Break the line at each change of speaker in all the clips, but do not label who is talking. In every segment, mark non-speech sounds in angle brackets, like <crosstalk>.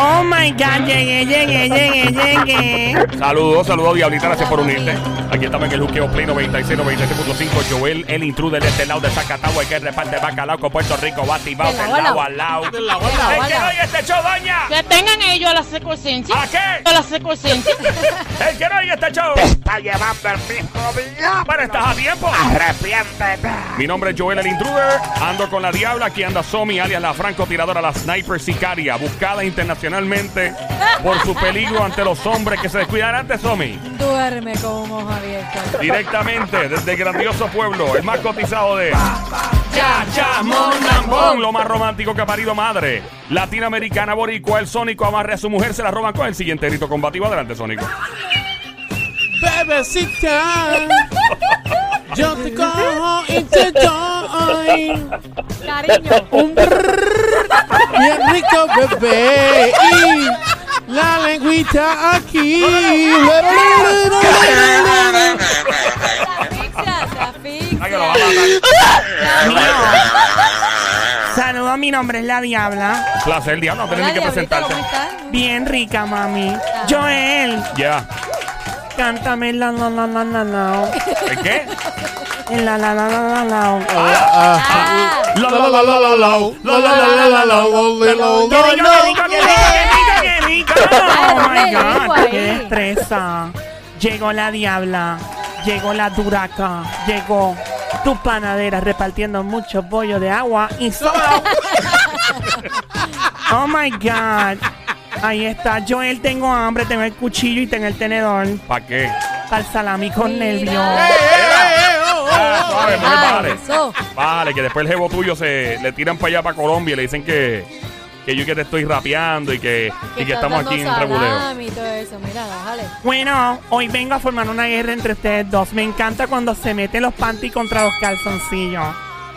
Oh my God, llegué, llegué, llegué, llegué.
Saludos, saludos, Diablita, gracias por unirte. Aquí estamos en el Luqueo Play 96, 96.5. Joel, el intruder de este lado de Zacatagua, el que reparte bacalao con Puerto Rico, batibao,
Del
del
lado
lado al lado.
Del lado al
lado.
¡El que no oye este show, doña!
Que tengan ellos a la secuencia.
¿A qué?
A la secuencia.
¡El que no oye este show!
está llevando el mismo diablo.
¡Pero estás a tiempo!
Arrepiéntete.
Mi nombre es Joel el Intruder, ando con la Diabla, aquí anda Somi, alias la francotiradora, la sniper sicaria, buscada internacionalmente por su peligro ante los hombres que se descuidan antes, Somi.
Duerme con un ojo abierto.
Directamente desde el grandioso pueblo, el más cotizado de... Cha, cha, mon, lambón, lo más romántico que ha parido madre. Latinoamericana, boricua, el sónico amarre a su mujer, se la roban con el siguiente grito combativo. Adelante, sónico.
Bebecita, yo te cojo y te doy <laughs>
Cariño,
un brrrr bien rico, bebé. Y la lengüita aquí.
te asfixias, te
Ay, Ah, que lo va a
asfixias.
matar.
Saludos, mi nombre es la Diabla.
Un placer, diablo, no tenés
Hola,
ni que
Diablita,
presentarte.
¿cómo estás?
Bien rica, mami. Joel,
Ya.
cántame la la la la la la.
¿El qué?
El La la la la la la.
Ah,
La, la, la, la, la, la, la, la, la, la, la, la, la, la, la.
¡Qué rico, qué rico, qué rico, qué rico, qué rico! ¡Oh, my
Ay, qué rico Ah, ahí.
God! ¡Qué destreza! Llegó la diabla, llegó la duraca, llegó tu panadera repartiendo muchos bollos de agua y solo. ¡Oh, my God! Ahí está, Joel, tengo hambre, tengo el cuchillo y tengo el tenedor
¿Para qué?
para el salami con
Mira.
nervio.
Eh,
Oh.
Ah, suave, mujer,
Ay,
Vale,
eso.
Vale, que después el jevo tuyo se le tiran para allá, para Colombia, y le dicen que, que yo que te estoy rapeando y que, y que
está
estamos
dando
aquí en Rebuleo.
salami y todo eso. Mira, bájale.
Bueno, hoy vengo a formar una guerra entre ustedes dos. Me encanta cuando se meten los panties contra los calzoncillos.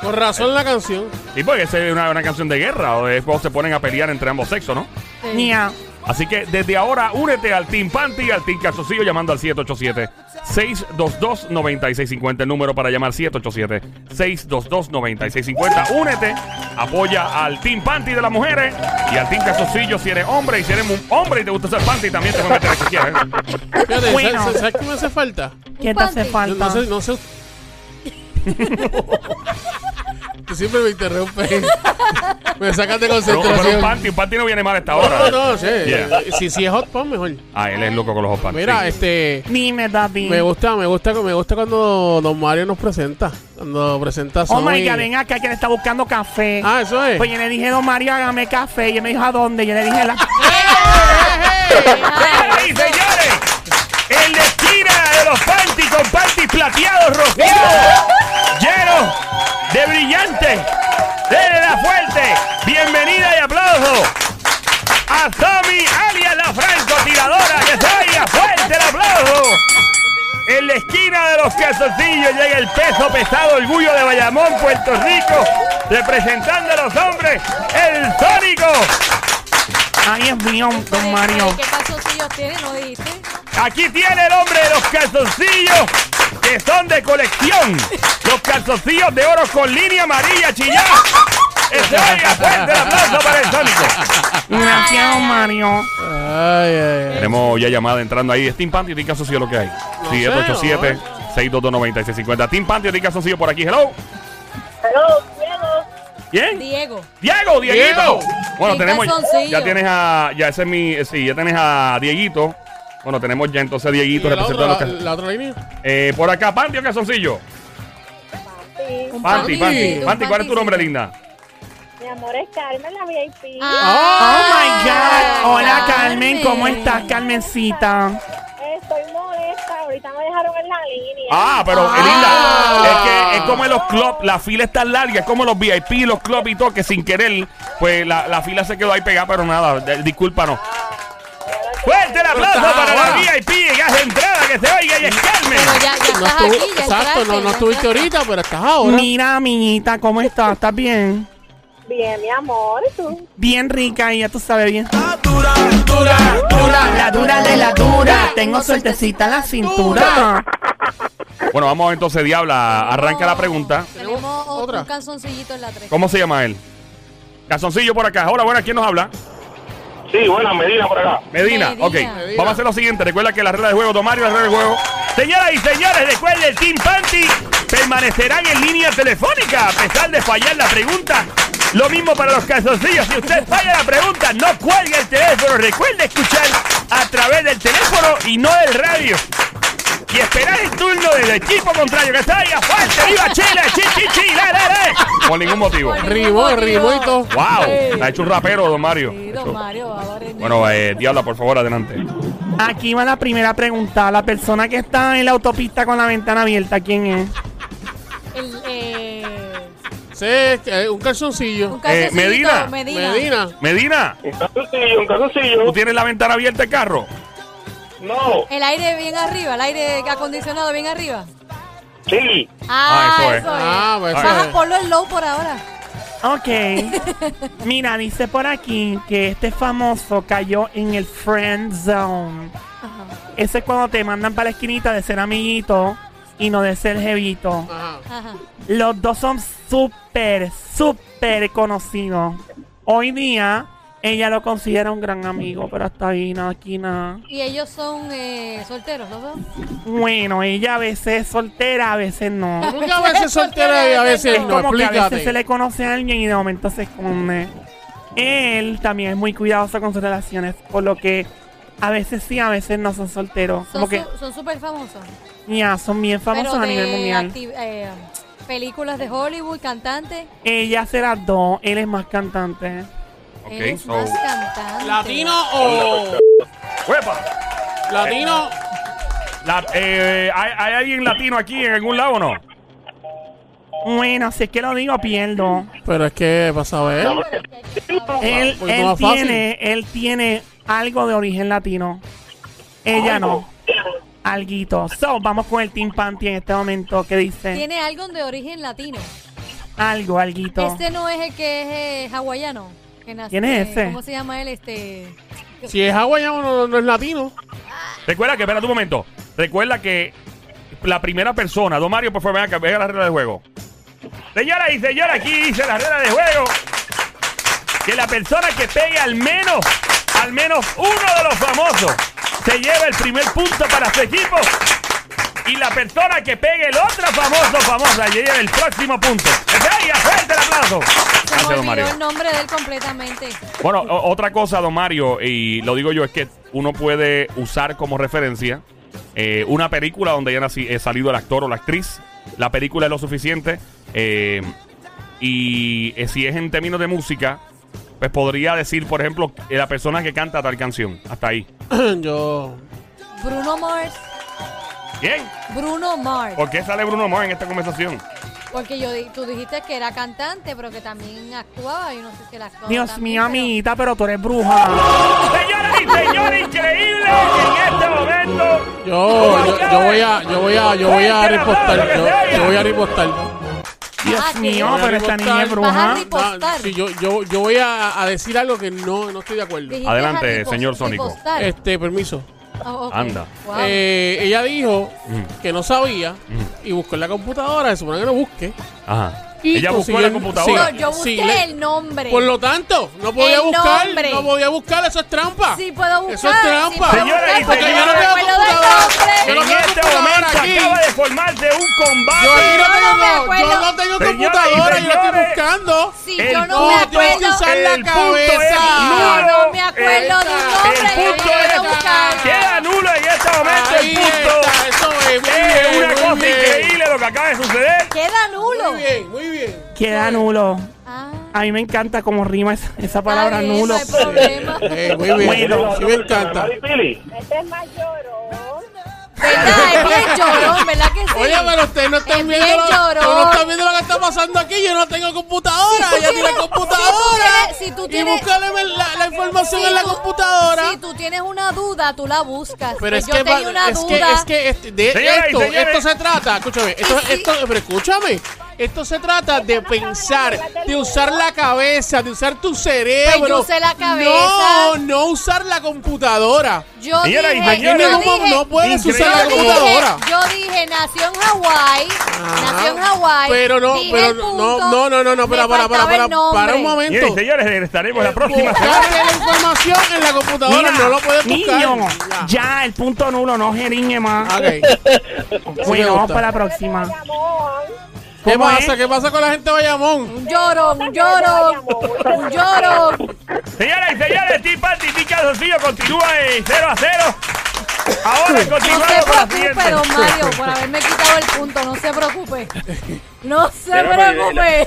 Con razón la canción.
Y porque esa es una, una canción de guerra, o después se ponen a pelear entre ambos sexos, ¿no?
Sí.
Mía.
Así que desde ahora únete al Team Panty y al Team Calzoncillo llamando al 787-622-9650. El número para llamar 787-622-9650. Únete, apoya al Team Panty de las mujeres y al Team Calzoncillo si eres hombre y si eres mu- hombre y te gusta ser panty también te puedes meter aquí si quieres. ¿eh?
Fíjate,
Bueno.
¿sabes, sabes qué me hace falta?
¿Qué te hace
panty?
Yo
falta?
no sé, no sé. Tú siempre me interrumpes. me sacas de
Pero, pero un
concentración.
panty, un panty no viene mal a esta hora.
No, no, sí. Eh,
Yeah.
Si, si es hot pop, mejor.
Ah, él es loco con los hot panty.
Mira, este.
Dime, David.
Me gusta, me gusta, me gusta cuando Don Mario nos presenta. Cuando presenta a
Oh my
Zoe.
God, ven acá que le está buscando café.
Ah, eso es.
Pues yo le dije, don Mario, hágame café. Y él me dijo, ¿a dónde? Yo le dije, la...
¡Señoras y señores! En la esquina de los panty con panty plateados, rosados, llenos de brillantes. Denle la fuerte bienvenida y aplauso a Tommy alias la francotiradora que se oiga fuerte el aplauso. En la esquina de los calzoncillos llega el peso pesado orgullo de Bayamón, Puerto Rico, representando a los hombres, el tónico.
Ay, es mío, don
Ay,
Mario.
ay, ¿Qué calzoncillos tiene? ¿No dijiste?
Aquí tiene el hombre de los calzoncillos que son de colección. Los calzoncillos de oro con línea amarilla chillá. Ese oiga fuerte el aplauso para el sónico.
Gracias, don Mario.
Ay, ay, ay.
Tenemos ya llamada entrando ahí. Es Team Panty, Team Calzoncillo lo que hay.
No sé,
787 622 9650 Team Panty, Team Calzoncillo por aquí. Hello. ¿Quién?
Diego.
Diego, Dieguito.
Diego.
Bueno,
Team
tenemos
Calzoncillo.
ya tienes a ya ese es mi sí, ya tienes a Dieguito. Bueno, tenemos ya entonces a
¿Y
Dieguito
la,
representando
otra,
a los
la,
cal-
la otra línea?
eh, por acá Panty o Calzoncillo.
Un
Panti, Panti,
un
Panti, ¿cuál es tu nombre,
pantisito.
linda?
Mi amor es Carmen, la VIP.
Oh
Ah.
my God. Hola, Carmen.
Carmen.
¿Cómo estás, Carmencita?
Estoy molesta, ahorita me dejaron en la línea.
Ah, pero eh,
Ah.
linda, es que es como en los clubs, la fila es tan larga, es como los VIP, los clubs y todo, que sin querer, pues la, la fila se quedó ahí pegada, pero nada, de- discúlpanos. Fuerte el aplauso
Ah,
para la
ah.
VIP, que hace entrada, que se oiga y es Carmen.
Pero ya, ya
No
estás
estuvo-
aquí, ya
exacto, no,
entraste,
no
ya
estuviste
entraste.
ahorita, pero estás ahora.
Mira, amiguita, ¿cómo estás? ¿Estás bien?
Bien, mi amor, ¿y tú?
Bien rica y ya tú sabes bien.
Dura,
La dura de la dura. Tengo suertecita en la cintura.
Bueno, vamos entonces, Diabla, arranca la pregunta.
Tenemos
Otra.
un calzoncillito en la 3.
¿Cómo se llama él? Gasoncillo por acá. Hola, buenas, ¿quién nos habla?
Sí, buena medida por acá.
Medina,
Medina.
ok.
Medina.
Vamos a hacer lo siguiente. Recuerda que la regla de juego, Tomario, la regla de juego. Señoras y señores, recuerden, el Team Panty permanecerán en línea telefónica a pesar de fallar la pregunta. Lo mismo para los calzoncillos. Si usted falla la pregunta, no cuelgue el teléfono. Recuerde escuchar a través del teléfono y no del radio. Y esperar el turno del equipo contrario. Que salga fuerte. ¡Viva Chile! ¡Chi, chi, chi! ¡La, la, la! Por ningún motivo.
Ribó, ribó y todo.
¡Wow! Ha hecho un rapero, don Mario.
Sí, don Mario, va a barrer.
Bueno, eh, Diabla, por favor, adelante.
Aquí va la primera pregunta. La persona que está en la autopista con la ventana abierta, ¿quién es?
El, eh,
Sí, eh, un calzoncillo.
un calzoncillito,
Medina.
Medina.
Medina.
Medina,
Un calzoncillo,
¿tú
un calzoncillo.
tienes la ventana abierta del carro?
No,
El aire bien arriba, el aire acondicionado bien arriba.
sí.
Ah,
eso
eso
es.
es.
Ah, pues eso
Baja,
es.
ponlo en low por ahora.
Ok. Mira, dice por aquí que este famoso cayó en el friend zone.
Ajá,
Ese es cuando te mandan para la esquinita de ser amiguito y no de ser jevito.
Ajá.
ajá.
Los dos son súper, súper conocidos. Hoy día ella lo considera un gran amigo, pero hasta ahí nada, aquí nada.
Y ellos son eh, solteros, los dos.
Bueno, ella a veces es soltera, a veces no.
¿Por qué a veces soltera y a veces
Es
no?
como que a veces se
Explícate.
le conoce a alguien y de momento se esconde. Él también es muy cuidadoso con sus relaciones, por lo que a veces sí, a veces no son solteros.
Son
Como que
su- son súper famosos.
ya son bien famosos
Pero
a nivel
de
mundial.
acti- eh, películas de Hollywood, cantantes.
Ella hace las dos, él es más cantante.
Ok,
Él es
so.
más cantante.
¿Latino o...?
¡Huepa!
¿Latino?
La- eh, ¿hay, hay alguien latino aquí en algún lado o no?
Bueno, si es que lo digo, pierdo.
Pero es que, vas a ver.
Él,
pues
él
más fácil.
tiene, él tiene algo de origen latino. Ella no. Alguito. So, vamos con el Team Panty en este momento. que dice?
Tiene algo de origen latino.
Algo, alguito.
Este no es el que es eh, hawaiano. que nace-
¿Quién es ese?
¿Cómo se llama él? Este.
Si es hawaiano, no, no es latino.
Recuerda que, espérate un momento. Recuerda que la primera persona, don Mario, por favor, ven acá, venga la regla de juego. Señoras y señores, aquí dice la regla de juego que la persona que pegue al menos, al menos uno de los famosos, se lleva el primer punto para su equipo. Y la persona que pegue el otro famoso, famosa, lleva el próximo punto. ¡Venga, fuerte el aplauso!
Se me
Gracias, don
olvidó
Mario.
el nombre de él completamente.
Bueno, o- otra cosa, don Mario, y lo digo yo, es que uno puede usar como referencia eh, una película donde haya naci- eh, salido el actor o la actriz. La película es lo suficiente. eh, y eh, si es en términos de música, pues podría decir, por ejemplo, eh, la persona que canta tal canción. Hasta ahí.
<laughs> Yo...
Bruno Mars.
Bien.
Bruno Mars.
¿Por qué sale Bruno Mars en esta conversación?
Porque yo di- tú dijiste que era cantante, pero que también actuaba. Yo no sé si él actuaba.
Dios
también,
mío,
pero-
amiguita, pero tú eres bruja.
Señoras y señores, increíble en este momento.
Yo, yo, yo voy a, yo voy a, yo voy a ripostar, yo, yo voy a ripostar.
Dios
Ah, sí.
mío,
Voy a
pero esta niña
reportar.
es bruja.
Bajar de- Ripostar.
Sí, yo, yo, yo voy a, a decir algo que no, no estoy de acuerdo.
Dijiste
Adelante,
Harry Pos-
señor
Harry
Sónico.
Postal.
Este, permiso.
Ah, ok.
Anda.
Wow.
Eh, ella dijo
Mm.
que no sabía
Mm.
y buscó en la computadora, se supone que no busque.
Ajá.
Y
Ella buscó en
consiguió
la
el-
computadora.
No, Oh, yo busqué
Sí, le-
el nombre.
Por lo tanto, no podía
El
buscar,
nombre.
no podía buscar, eso es trampa.
Sí puedo buscar.
Eso es trampa.
sí puedo
Señoras
buscar,
y
porque
señores,
yo no me
yo no
acuerdo del
veo
En
Yo
nombre.
no tengo
este
computadora
momento
aquí.
acaba de formarse un combate.
Yo aquí
Yo no me
no tengo, yo
acuerdo.
no
Señoras
tengo
y
computadora, yo la estoy
señores.
buscando.
Si
El
yo no me
No,
punto
tengo que
acuerdo.
usar la
El punto es
cabeza.
nulo.
Yo no me acuerdo de un
Esta.
nombre.
El
yo
punto
no puedo
es-
buscar.
Queda nulo en este momento
Ahí
el punto.
está, eso es, muy
Es
bien,
una
muy
cosa
bien.
increíble lo que acaba de suceder.
Queda nulo.
Muy bien, muy bien.
Queda nulo.
Ah,
A mí me encanta cómo rima esa, esa palabra
está bien,
nulo.
No hay problema.
Eh, muy bien,
Bueno.
sí me encanta.
Mari Pili.
Este es más llorón.
¿Verdad? Es
<laughs>
bien llorón, ¿verdad que sí?
Oye, pero ustedes no están
Es
viendo,
bien
lo,
llorón.
no están viendo lo que está pasando aquí. Yo no tengo computadora. Ella tiene
Si tú
computadora.
tienes- Si si tú
Y
tienes...
buscarle la, la información
si
en la
tú-
computadora.
Si tú tienes una duda, tú la buscas. Pues
Pero es
yo
que,
tenía
va-
una
es
duda.
que, es que este- de
Señoras y
esto,
señores.
esto se trata, escúchame, esto,
Sí, sí.
esto, pero escúchame, esto se trata de pensar, de usar la cabeza, de usar tu cerebro.
Pues yo usé la
No,
cabeza.
no usar la computadora.
Yo
Señoras y
dije,
En
señores,
yo
ningún mo-
dije-
no puedes
Increíble.
usar la
yo dije,
computadora.
yo dije, nació en Hawái,
Ah,
nació en Hawái.
Pero no,
dije
pero
el
no,
punto,
no, no, no, no,
me
para, para, para,
faltaba el
para, para
Señores y
nombre.
un momento.
señores, regresaremos
Eh,
la próxima semana.
Buscarte la información en la computadora,
Mira,
no lo puedes buscar.
Niño,
Ya.
ya, el punto nulo, no jeriñe más.
Ok. Sí Ah, me
Bueno, vamos
gusta.
para la próxima.
¿Qué
¿Cómo
pasa?
es?
¿Qué pasa con la gente de Bayamón?
Un lloro, un lloro, un lloro.
Señoras y señores, Team Party, Team Calzoncillo continúa en 0 a 0. Ahora
No
continuamos con
se
la
preocupe,
siguiente.
don Mario, por haberme quitado el punto, no se preocupe. No se
Pero no,
preocupe.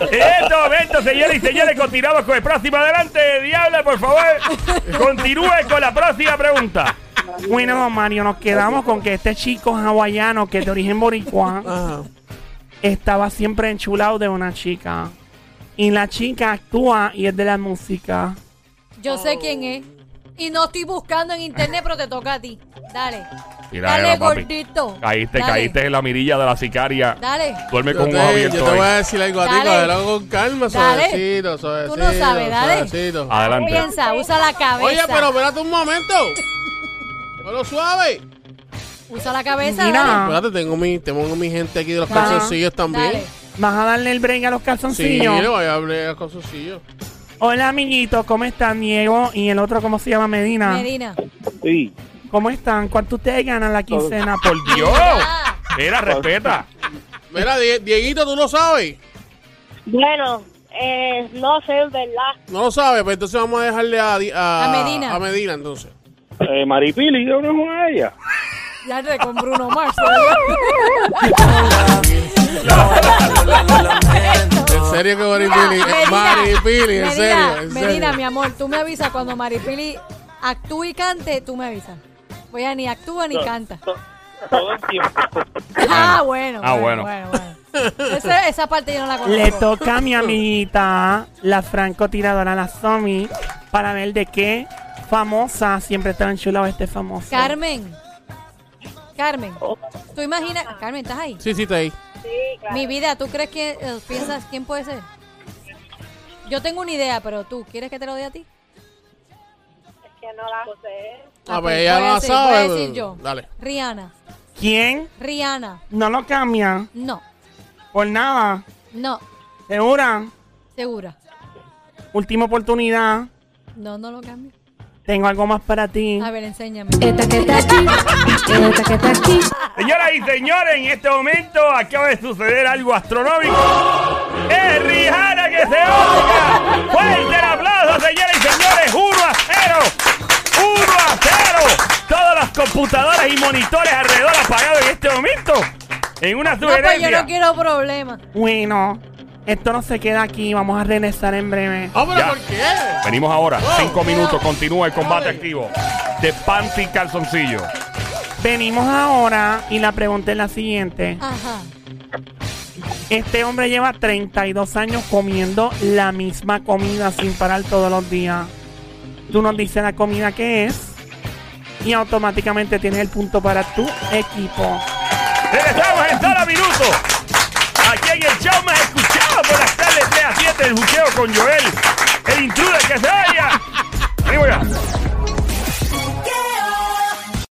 En este momento, señores y señores, continuamos con el próximo. Adelante, Diabla, por favor. Continúe con la próxima pregunta.
Bueno, don Mario, nos quedamos con que este chico hawaiano que es de origen boricua
<laughs> Ajá.
estaba siempre enchulado de una chica. Y la chica actúa y es de la música.
Yo sé quién es. Y no estoy buscando en internet, pero te toca a ti. Dale.
Mira,
Dale,
era, papi.
gordito.
Caíste,
Dale.
caíste en la mirilla de la sicaria.
Dale.
Duerme
Yo
con un
te,
ojo
yo te
abierto
voy a
hoy.
decir algo a ti,
Dale.
pero con calma,
Dale.
suavecito, suavecito.
Tú no sabes, dale.
suavecito.
Adelante.
Piensa, usa la cabeza.
Oye, pero espérate un momento. Pero suave.
Usa la cabeza.
Mira,
Espérate, tengo mi, tengo mi gente aquí de los
Ajá.
calzoncillos
dale.
también.
Dale.
vas a darle el break a los
Sí,
calzoncillos.
le voy a hablar de los calzoncillos.
Hola, amiguitos, ¿cómo están? Diego y el otro, ¿cómo se llama?
Ah.
Medina.
Medina.
Sí.
¿Cómo están? ¿Cuánto ustedes ganan la quincena? Por Dios.
Dios. Mira, respeta.
Mira, Die- Dieguito, tú lo sabes.
Bueno, eh, no sé, en verdad.
No lo sabes, pero entonces vamos a dejarle a, Di- a,
A Medina.
A Medina, entonces.
Eh, Maripili, yo no es una de ellas.
Ya le con Bruno Mars.
En serio que Maripili. Maripili, en serio. en serio.
Medina, mi amor, tú me avisas cuando Maripili actúe y cante, tú me avisas. Voy a ni actúa ni canta.
Todo el tiempo.
Ah, bueno.
Ah,
bueno. bueno. Ese- esa parte yo no la conozco.
Le toca a mi amiguita, la francotiradora, la Somi, para ver de qué famosa siempre está enchulado este famoso.
Carmen. Carmen. ¿Tú imaginas? Carmen, ¿estás ahí?
Sí, sí, está ahí.
Sí, claro.
Mi vida, ¿tú crees que eh, piensas quién puede ser? Yo tengo una idea, pero tú, ¿quieres que te lo dé a ti?
Es que no la sé.
Ah,
Ah,
pues
pues,
ella
voy a
no la
decir- voy a
sabe.
decir
pues,
yo.
Dale.
Rihanna.
¿Quién?
Rihanna.
No lo cambia.
No.
Por nada.
No.
¿Segura?
Segura.
Última oportunidad.
No, no lo cambio.
Tengo algo más para ti.
A ver, enséñame. Ah,
Señoras y señores, en este momento acaba de suceder algo astronómico. ¡Es Rihanna que se oiga! ¡Fuerte el aplauso, señoras y señores! ¡1 a 0! ¡1 a 0! Todas las computadoras y monitores alrededor apagados en este momento. En una
No, pues yo
sugerencia.
no quiero problemas.
Bueno, esto no se queda aquí. Vamos a regresar en breve.
Ah, pero
Ya.
¿por qué?
Venimos ahora.
Wow.
Oh.
Cinco minutos. Continúa el combate
Dale.
activo. De panty y calzoncillo.
Venimos ahora y la pregunta es la siguiente.
Ajá.
Este hombre lleva 32 años comiendo la misma comida sin parar todos los días. Tú nos dices la comida que es y automáticamente tienes el punto para tu equipo.
Regresamos en solo minutos. Aquí en el show más escuchado por las tardes 3 a 7 el buqueo con Joel. El intruder que se oye.